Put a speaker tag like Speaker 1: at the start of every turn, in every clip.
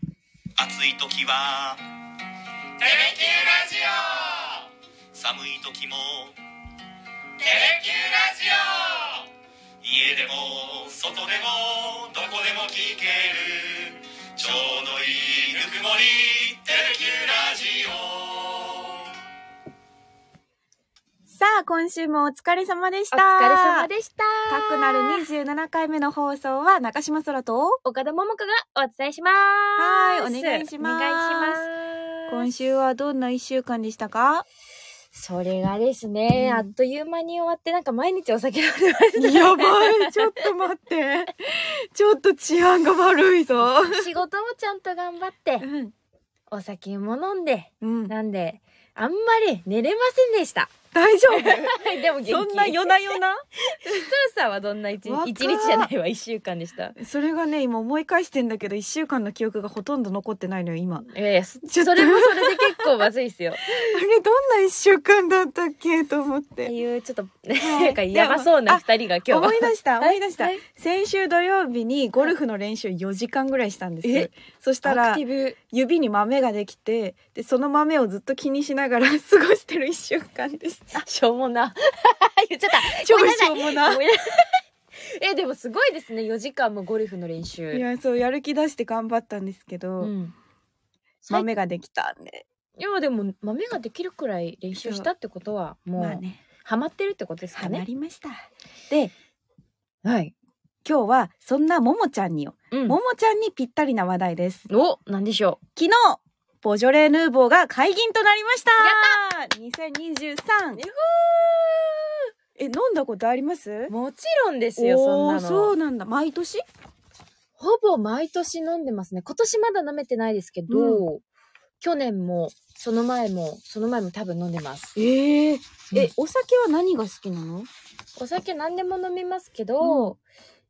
Speaker 1: 暑い時は
Speaker 2: テレキューラジオ
Speaker 1: 寒い時も
Speaker 2: テレキューラジオ
Speaker 1: 家でも外でもどこでも聞けるちょうどいいぬくもりテレキューラジオ
Speaker 3: さあ、今週もお疲れ様でし
Speaker 4: お
Speaker 3: た。
Speaker 4: 疲れ様でした。
Speaker 3: かくなる27回目の放送は中島空と、
Speaker 4: 岡田桃子がお伝えします。
Speaker 3: はーいお願いします
Speaker 4: お願いします。
Speaker 3: 今週はどんな一週間でしたか
Speaker 4: それがですね、
Speaker 3: うん
Speaker 4: あっという間に終わって、なんか毎日お酒飲んでました。
Speaker 3: やばい、ちょっと待って。ちょっと治安が悪いぞ。
Speaker 4: 仕事もちゃんと頑張って
Speaker 3: う、ん。
Speaker 4: お酒も飲んで、
Speaker 3: うん。
Speaker 4: なんで、あんまり寝れませんでした。
Speaker 3: 大 丈
Speaker 4: はい、 でも
Speaker 3: 夫
Speaker 4: 元気。
Speaker 3: そんな夜な夜な
Speaker 4: さんはどんな一
Speaker 3: わか
Speaker 4: 日、一日じゃないわ、一週間でした。
Speaker 3: それがね、今思い返してんだけど、一週間の記憶がほとんど残ってないのよ、今。
Speaker 4: いやいや、そ
Speaker 3: ちょっと
Speaker 4: それもそれで結構まずいですよ。
Speaker 3: あれ、どんな一週間だったっけと思っ
Speaker 4: って
Speaker 3: て。
Speaker 4: いう、ちょっと、
Speaker 3: はい
Speaker 4: なんかやばそうな二人が今日は
Speaker 3: 思い出した、思い出し
Speaker 4: は
Speaker 3: た
Speaker 4: い。
Speaker 3: 先週土曜日にゴルフの練習4時間ぐらいしたんですよ
Speaker 4: え
Speaker 3: そしたら
Speaker 4: アクティブ
Speaker 3: 指に豆ができてでその豆をずっと気にしながら 過ごしてる1週間でした
Speaker 4: しょうもな 言っちゃった
Speaker 3: 超
Speaker 4: ごめんな
Speaker 3: し
Speaker 4: さい
Speaker 3: ょうもな
Speaker 4: ごめん えでもすごいですね4時間もゴルフの練習
Speaker 3: いやそうやる気出して頑張ったんですけど、
Speaker 4: うん、最
Speaker 3: 豆ができたんで
Speaker 4: いやでも豆ができるくらい練習したってことはもう、
Speaker 3: まあね
Speaker 4: ハマってるってことですか
Speaker 3: ハマ
Speaker 4: ね
Speaker 3: りましたで
Speaker 4: はい、
Speaker 3: 今日はそんなももちゃんによ、
Speaker 4: うん、
Speaker 3: ももちゃんにぴったりな話題です
Speaker 4: おなんでしょう
Speaker 3: 昨日ボジョレ・ヌーボーが解禁となりましたやった2023
Speaker 4: ふー
Speaker 3: え飲んだことあります
Speaker 4: もちろんですよそん
Speaker 3: お
Speaker 4: な
Speaker 3: ーそ
Speaker 4: の
Speaker 3: うなんだ毎年
Speaker 4: ほぼ毎年飲んでますね今年まだ飲めてないですけど、去年もその前もその前も多分飲んでます
Speaker 3: ええ
Speaker 4: え
Speaker 3: お酒は何が好きなの
Speaker 4: お酒何でも飲みますけど、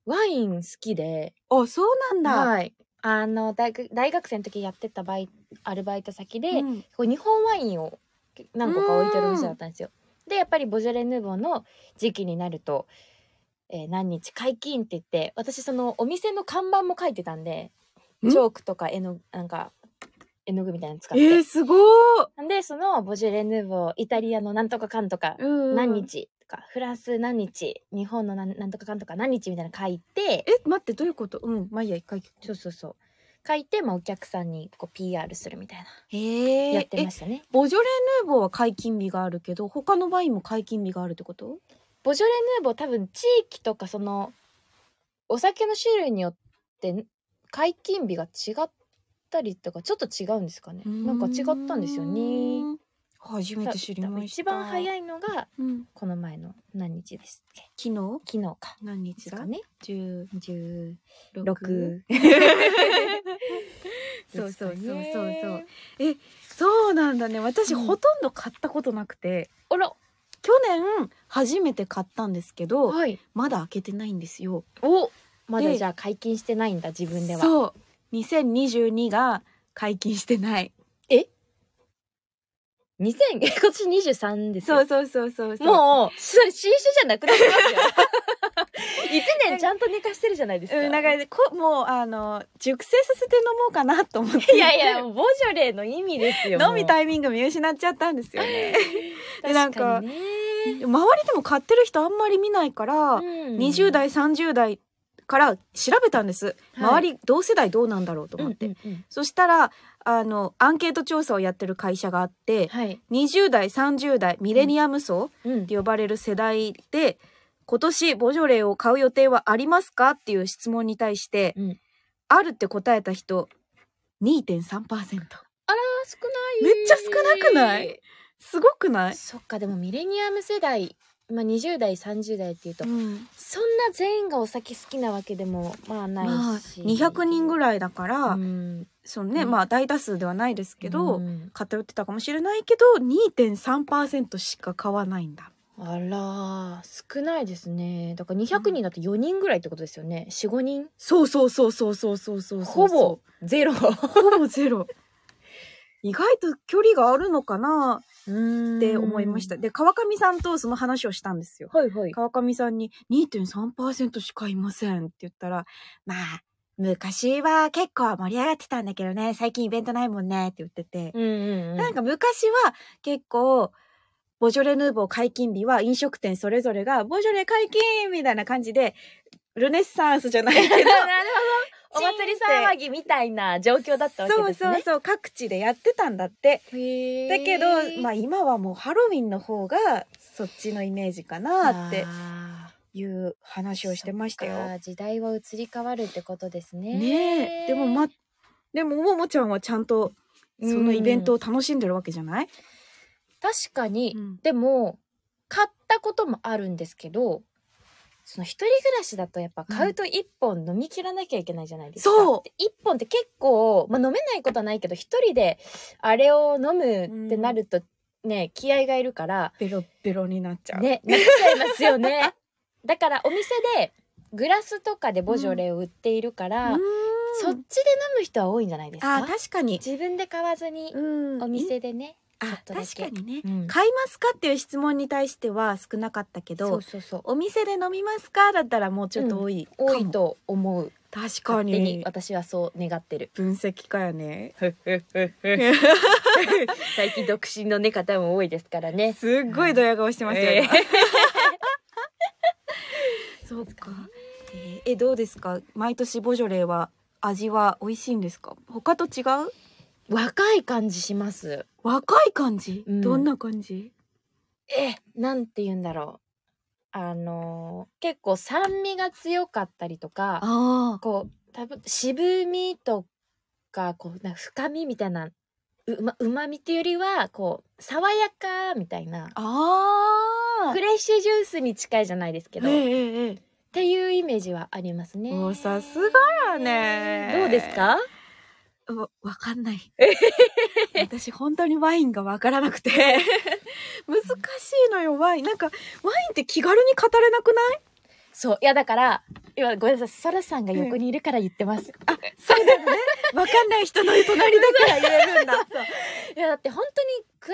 Speaker 4: ワイン好きで
Speaker 3: あそうなんだ、
Speaker 4: はい。あの大学大学生の時やってたバイアルバイト先で、
Speaker 3: うん
Speaker 4: こう日本ワインを何個か置いてるお店だったんですよ。でやっぱりボジョレ・ヌーボーの時期になると、えー何日解禁って言って私そのお店の看板も書いてたんで
Speaker 3: ん
Speaker 4: チョークとか絵のなんか絵の具みたいなの使って、
Speaker 3: えー、すごー、
Speaker 4: なんでそのボジョレ・ヌーボーイタリアのなんとかかんとか
Speaker 3: うん
Speaker 4: 何日とか、フランス何日日本のなんなんとかかんとか何日みたいなの書いて
Speaker 3: え待ってどういうことうんまあいいや一回
Speaker 4: そうそうそう。書いて、まあ、お客さんにこう PR するみたい
Speaker 3: へ
Speaker 4: な。やってま
Speaker 3: え
Speaker 4: したね。
Speaker 3: ボジョレ・ヌーボーは解禁日があるけど他のワインも解禁日があるってこと
Speaker 4: ボジョレ・ヌーボー多分地域とかその、お酒の種類によって解禁日が違ったりとか、ちょっと違うんですかね。なんか違ったんですよね。
Speaker 3: 初めて知りました
Speaker 4: 一番
Speaker 3: い、
Speaker 4: 早いのが、
Speaker 3: うん、
Speaker 4: この前の何日ですっけ
Speaker 3: 昨日
Speaker 4: 昨日か。
Speaker 3: 何
Speaker 4: で
Speaker 3: 日
Speaker 4: すか
Speaker 3: だ
Speaker 4: ね。
Speaker 3: 16
Speaker 4: 16。
Speaker 3: そうそうそうそう
Speaker 4: です
Speaker 3: そ
Speaker 4: か
Speaker 3: う
Speaker 4: ね。
Speaker 3: そうなんだね私、
Speaker 4: うん
Speaker 3: ほとんど買ったことなくて
Speaker 4: あら、
Speaker 3: 去年初めて買ったんですけど、
Speaker 4: はい。
Speaker 3: まだ開けてないんですよ
Speaker 4: おまだ
Speaker 3: で
Speaker 4: じゃあ解禁してないんだ、自分では。
Speaker 3: そう2022が解禁してない
Speaker 4: 2000 今年23ですよ
Speaker 3: そうそうそうそうそう
Speaker 4: もうそれ新種じゃなくなり ますよ一年ちゃんと寝かしてるじゃないですか,、
Speaker 3: うん、なんかこもうあの熟成させて飲もうかなと思って
Speaker 4: いやいやもうボジョレーの意味ですよ
Speaker 3: 飲み
Speaker 4: い
Speaker 3: タイミング見失っちゃったんですよねでなんか
Speaker 4: ね、
Speaker 3: 周り でも買ってる人あんまり見ないから、
Speaker 4: うん
Speaker 3: 20代30代から調べたんです、
Speaker 4: はい
Speaker 3: 周り同世代どうなんだろうと思って、
Speaker 4: うんうんうん
Speaker 3: そしたらあのアンケート調査をやってる会社があって、
Speaker 4: はい、
Speaker 3: 20代30代ミレニアム層、
Speaker 4: うん
Speaker 3: って呼ばれる世代で今年ボジョレーを買う予定はありますかっていう質問に対して、
Speaker 4: うん
Speaker 3: あるって答えた人2.3%
Speaker 4: あら少ない
Speaker 3: めっちゃ少なくないすごくない、
Speaker 4: そっかでもミレニアム世代まあ20代30代っていうと、
Speaker 3: うん
Speaker 4: そんな全員がお酒好きなわけでもまあな
Speaker 3: まあ
Speaker 4: いし、
Speaker 3: 200人ぐらいだから、
Speaker 4: うん
Speaker 3: そのね、
Speaker 4: うん
Speaker 3: まあ大多数ではないですけど、
Speaker 4: うん
Speaker 3: 偏ってたかもしれないけど2.3%しか買わないんだ
Speaker 4: あらー少ないですねだから200人だと4人ぐらいってことですよね45人
Speaker 3: そうそうそうそうそうそうそうそう
Speaker 4: ほぼゼロ
Speaker 3: ほぼゼ ロ意外と距離があるのかなっ
Speaker 4: って
Speaker 3: 思いました。で、川上さんとその話をしたんですよ。
Speaker 4: はいはい
Speaker 3: 川上さんに2.3%しかいませんって言ったら、まあ、昔は結構盛り上がってたんだけどね、最近イベントないもんねって言ってて。
Speaker 4: うんうんうん
Speaker 3: なんか昔は結構、ボジョレ・ヌーボー解禁日は飲食店それぞれが、ボジョレ解禁みたいな感じで、ルネッサンスじゃないけど、
Speaker 4: なるほどお祭り騒ぎみたいな状況だったわけ
Speaker 3: そう
Speaker 4: です
Speaker 3: そう
Speaker 4: ね。
Speaker 3: そう、 各地でやってたんだって。
Speaker 4: へー
Speaker 3: だけど、まあ今はもうハロウィンの方がそっちのイメージかなって
Speaker 4: あ
Speaker 3: いう話をしてました
Speaker 4: そっ
Speaker 3: よ。
Speaker 4: か時代は移り変わるってことですね。
Speaker 3: ねえ、でもま、でもももちゃんはちゃんとそのイベントを楽しんでるわけじゃない、
Speaker 4: 確かに、
Speaker 3: うん
Speaker 4: でも買ったこともあるんですけどその一人暮らしだとやっぱ買うと1本飲み切らなきゃいけないじゃないですか。
Speaker 3: そう
Speaker 4: で1本って結構、まあ、飲めないことはないけど1人であれを飲むってなるとね、気合がいるから
Speaker 3: ベロッベロになっちゃう。
Speaker 4: ねなっちゃいますよね。 だからお店でグラスとかでボジョレを売っているか
Speaker 3: う
Speaker 4: ら、
Speaker 3: ん
Speaker 4: そっちで飲む人は多いんじゃないです
Speaker 3: あ
Speaker 4: か
Speaker 3: ー確かに。
Speaker 4: 自分で買わずに
Speaker 3: うん
Speaker 4: お店でね、ちょ
Speaker 3: あ
Speaker 4: っとだけ
Speaker 3: 確かにね、
Speaker 4: うん
Speaker 3: 買いますかっていう質問に対しては少なかったけ
Speaker 4: そ
Speaker 3: ど
Speaker 4: うそうそう
Speaker 3: お店で飲みますかだったらもうちょっと多い、
Speaker 4: 多いと思う
Speaker 3: 確か
Speaker 4: 勝手
Speaker 3: に
Speaker 4: に私はそう願っ てる
Speaker 3: 分析家やね
Speaker 4: 最近独身のね方も多いですからね
Speaker 3: すっごいドヤ顔してますよ、 ね
Speaker 4: え
Speaker 3: そうかえーえどうですか毎年ボジョレーは味は美味しいんですか他と違う
Speaker 4: 若い感じします
Speaker 3: 若い感じ、
Speaker 4: うん
Speaker 3: どんな感じ
Speaker 4: えなんて言うんだろうあのー結構酸味が強かったりとか
Speaker 3: あ
Speaker 4: こう多分渋みとかこうなんか深みみたいなうまうまみっていうよりはこう爽やかみたいな
Speaker 3: あ
Speaker 4: フレッシュジュースに近いじゃないですけど、
Speaker 3: え
Speaker 4: っ
Speaker 3: えええ
Speaker 4: ていうイメージはありますね。
Speaker 3: おさすがやね
Speaker 4: どうですか？
Speaker 3: わ、わかん ない。私本当にワインがわからなく て。難しいのよ、ワイン。なんか、ワインって気軽に語れなくない
Speaker 4: そういやだから今ごめんなさいソラさんが横にいるから言ってます。
Speaker 3: そうだね。わかんない人の隣だから言えるん だ。
Speaker 4: いやだって本当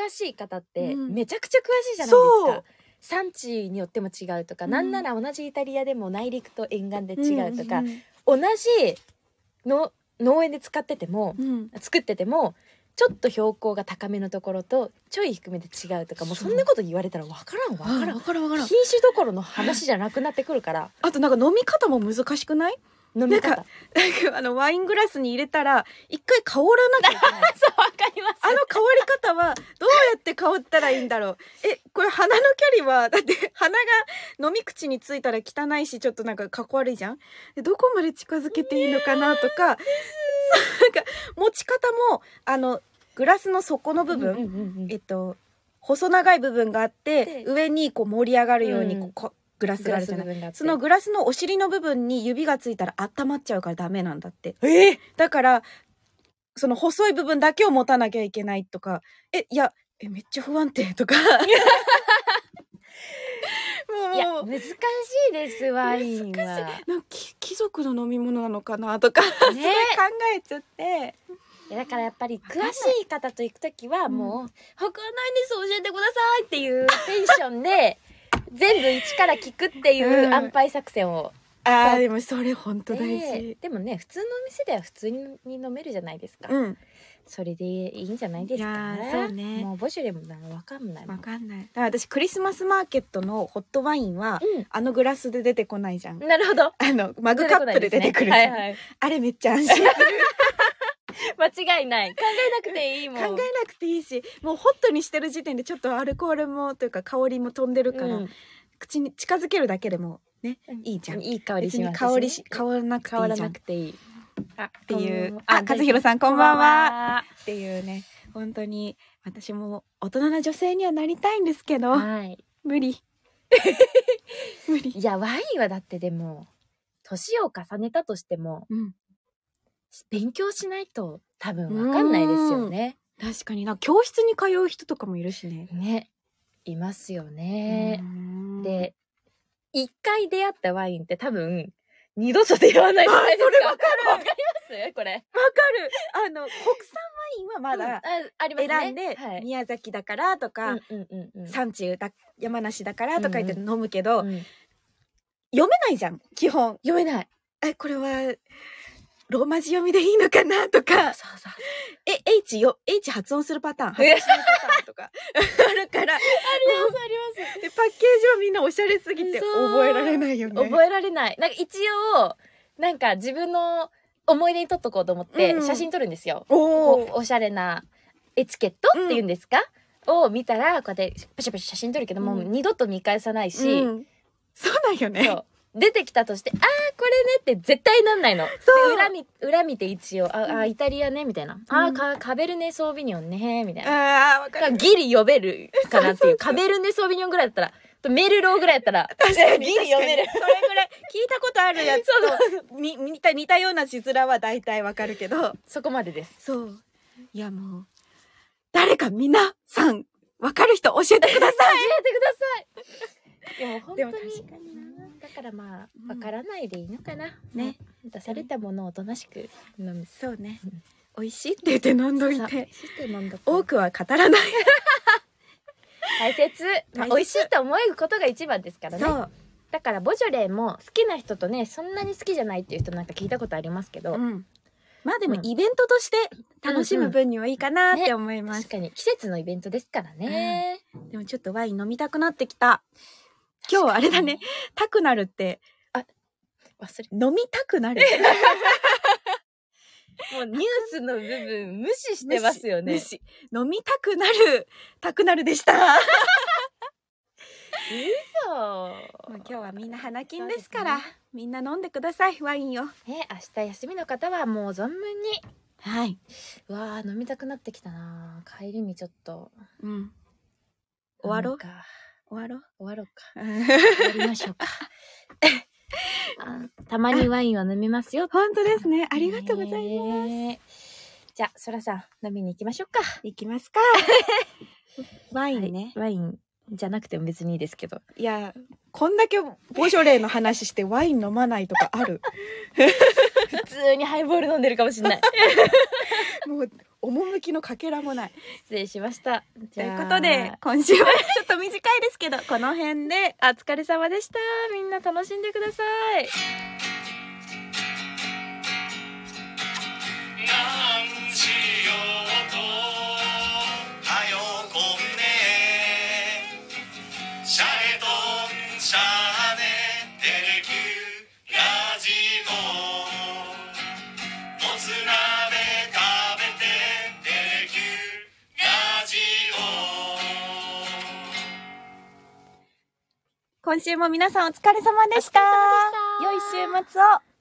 Speaker 4: に詳しい方って
Speaker 3: うん
Speaker 4: めちゃくちゃ詳しいじゃないですか。
Speaker 3: そう
Speaker 4: 産地によっても違うとか、
Speaker 3: うん
Speaker 4: なんなら同じイタリアでも内陸と沿岸で違うとか、
Speaker 3: ん
Speaker 4: 同じの農園で使ってても
Speaker 3: うんうん
Speaker 4: 作っててもちょっと標高が高めのところとちょい低めで違うとかもうそんなこと言われたらわからん
Speaker 3: わ
Speaker 4: わか
Speaker 3: からら
Speaker 4: ん
Speaker 3: ん、わからん、わからん。
Speaker 4: 品種どころの話じゃなくなってくるから
Speaker 3: あとなんか飲み方も難しくない
Speaker 4: 飲み
Speaker 3: なんか
Speaker 4: 方
Speaker 3: なんかあの、ワイングラスに入れたら、一回香らなきゃいけない。
Speaker 4: そうわかります
Speaker 3: あの香り方はどうやって香ったらいいんだろう。え、これ鼻の距離は、 だって鼻が飲み口についたら汚いし、ちょっとなんかかっこ悪いじゃんでどこまで近づけていいのか なとか、そうなんか持ち方も、あの、グラスの底の部分、
Speaker 4: うんうんうんうん
Speaker 3: えっと、細長い部分があって
Speaker 4: で、
Speaker 3: 上にこう盛り上がるようにこう、
Speaker 4: うん
Speaker 3: こグラスがあるじゃない。
Speaker 4: 部分があって
Speaker 3: そのグラスのお尻の部分に指がついたら温まっちゃうからダメなんだって。
Speaker 4: えー
Speaker 3: だからその細い部分だけを持たなきゃいけないとかえいやえめっちゃ不安定 とか
Speaker 4: い
Speaker 3: も
Speaker 4: や
Speaker 3: う
Speaker 4: 難しいですワインは
Speaker 3: なんかき貴族の飲み物なのかなとか、すご い考えちゃって
Speaker 4: いやだからやっぱり詳しい方と行くときは
Speaker 3: うん
Speaker 4: もう「他ないです教えてください」っていうテンショ ンで全部一から聞くってい
Speaker 3: う
Speaker 4: う
Speaker 3: ん
Speaker 4: 安牌作戦を、
Speaker 3: あーでもそれ本当大
Speaker 4: で
Speaker 3: 事、
Speaker 4: でもね普通のお店では普通に飲めるじゃないですか、
Speaker 3: うん
Speaker 4: それでいいんじゃないですか
Speaker 3: いやーそうね
Speaker 4: もうボジュレもなんかわかんないも
Speaker 3: わ
Speaker 4: ん
Speaker 3: かんないだから私クリスマスマーケットのホットワインは、
Speaker 4: う
Speaker 3: あのグラスで出てこないじゃん
Speaker 4: んなるほど
Speaker 3: あのマグカップで出てくるじゃん、
Speaker 4: はいはい、
Speaker 3: あれめっちゃ安心
Speaker 4: 間違いない考えなくていいも
Speaker 3: 考
Speaker 4: ん
Speaker 3: えなくていいしもうホットにしてる時点でちょっとアルコールもというか香りも飛んでるから、
Speaker 4: うん
Speaker 3: 口に近づけるだけでもねいいじゃん
Speaker 4: いい香り
Speaker 3: 別
Speaker 4: しま
Speaker 3: に
Speaker 4: す
Speaker 3: 香りし香らなくてい
Speaker 4: 変わ
Speaker 3: い
Speaker 4: ら
Speaker 3: じゃん
Speaker 4: な
Speaker 3: っ
Speaker 4: くていい
Speaker 3: ていう
Speaker 4: あ
Speaker 3: あ
Speaker 4: ん
Speaker 3: 和弘さんこんばんは
Speaker 4: は
Speaker 3: っていうね本当に私も大人な女性にはなりたいんですけど
Speaker 4: はい
Speaker 3: 無理 無理
Speaker 4: いやワインはだってでも年を重ねたとしても
Speaker 3: うん
Speaker 4: 勉強しないと多分わかんないですよね。
Speaker 3: 確かにな教室に通う人とかもいるしね、
Speaker 4: ねいますよ
Speaker 3: うー
Speaker 4: ね。
Speaker 3: ん
Speaker 4: で一回出会ったワインって多分二度と出会わないじゃないですか。わかるわかりますこ
Speaker 3: わか
Speaker 4: れ。
Speaker 3: るあの国産ワインはま
Speaker 4: うんあ
Speaker 3: だ
Speaker 4: ありますね。
Speaker 3: 選んで
Speaker 4: はい。
Speaker 3: 宮崎だからとか、
Speaker 4: うんうんうんうん
Speaker 3: 産地だ山梨だからとか言って
Speaker 4: う
Speaker 3: 飲むけど、
Speaker 4: うん
Speaker 3: 読めないじゃん基本
Speaker 4: 読めない。
Speaker 3: えこれはローマ字読みでいいのかなとか
Speaker 4: そうそう
Speaker 3: え H よ H 発音するパターン発音しないパターンとか あるから
Speaker 4: ありますあ
Speaker 3: でパッケージをみんなおしゃれすぎて
Speaker 4: そう
Speaker 3: 覚えられないよね。
Speaker 4: 覚えられないなんか一応なんか自分の思い出に撮っとこうと思って
Speaker 3: うん
Speaker 4: 写真撮るんですよ、
Speaker 3: お
Speaker 4: こう
Speaker 3: ー
Speaker 4: おしゃれなエチケットっていうんですか、を見たらこうやってパシャパシャ写真撮るけど、もううん二度と見返さないし、
Speaker 3: うんそうなんよね。
Speaker 4: そう出てきたとして「ああこれね」って絶対なんないの。
Speaker 3: そう
Speaker 4: で裏見裏見て一応「ああイタリアね」みたいな「あ
Speaker 3: う
Speaker 4: あ
Speaker 3: ん
Speaker 4: カカベルネ・ソービニョンね」みたいな。
Speaker 3: ああわかる。
Speaker 4: ギリ読めるかなっていうカベルネ・ソービニョンぐらいだったらとメルローぐらいだったらギリ読める。
Speaker 3: 確かにそれぐらい聞いたことあるやつとに似た似たような字面は大体わかるけど。
Speaker 4: そこまでです。
Speaker 3: そう。いやもう誰か皆さんわかる人教えてください。
Speaker 4: 教えてください。でも本
Speaker 3: でも
Speaker 4: 当に
Speaker 3: 確かにな
Speaker 4: だからま
Speaker 3: うん
Speaker 4: あわからないでいいのかな。
Speaker 3: ね。
Speaker 4: 出されたものをおとなしく飲み。
Speaker 3: そうね
Speaker 4: うん。
Speaker 3: 美味しいって言って飲んどい
Speaker 4: さ
Speaker 3: て。
Speaker 4: して飲んどく
Speaker 3: 多くは語らない。
Speaker 4: 大切。まあ
Speaker 3: 大切
Speaker 4: 美味しいと思えることが一番ですからね。
Speaker 3: そう。
Speaker 4: だからボジョレーも好きな人とねそんなに好きじゃないっていう人なんか聞いたことありますけど、
Speaker 3: うん。まあでも
Speaker 4: うん
Speaker 3: イベントとして楽しむ分にはいいかなっ
Speaker 4: うん
Speaker 3: て
Speaker 4: う
Speaker 3: 思います
Speaker 4: 確。かに季節のイベントですからね、
Speaker 3: でもちょっとワイン飲みたくなってきた。今日あれだね。たくなるって、
Speaker 4: 忘れ
Speaker 3: 飲みたくなる。
Speaker 4: もうニュースの部分無視してますよね
Speaker 3: 無視無視飲みたくなる、たくなるでした。
Speaker 4: そう
Speaker 3: もう今日はみんな花金ですか
Speaker 4: そう
Speaker 3: ら
Speaker 4: で、
Speaker 3: みんな飲んでください、ワインを。
Speaker 4: ね明日休みの方はもう存分に
Speaker 3: はい。
Speaker 4: うわあ飲みたくなってきたな帰りにちょっと
Speaker 3: うん。終わろう
Speaker 4: 飲むか
Speaker 3: 終わろう。
Speaker 4: 終わろうか終わりましょうか あたまにワインは飲みますよ
Speaker 3: 本当ですね。ありがとうございます。
Speaker 4: ます。じゃあ、そらさん、飲みに行きましょうか。
Speaker 3: いき ますか。ワインね。
Speaker 4: ワインじゃなくても別にいいですけど。
Speaker 3: いや、こんだけボジョレーの話してワイン飲まないとかあ る。
Speaker 4: 普通にハイボール飲んでるかもしれない。
Speaker 3: もう、趣のかけらもない。
Speaker 4: 失礼しました。
Speaker 3: と
Speaker 4: と
Speaker 3: いうことで、、今週はちょっと短いですけど、この辺で。
Speaker 4: お疲れ様でした。みんな楽しんでください。
Speaker 1: なんしようとはよこんねシャレとんしゃーねテレキューラジオもつ鍋食べてテレキューラジオ
Speaker 3: 今週も皆さんお疲れ様でした。
Speaker 4: お疲れ様でし
Speaker 3: 良い
Speaker 4: た
Speaker 3: 週末を。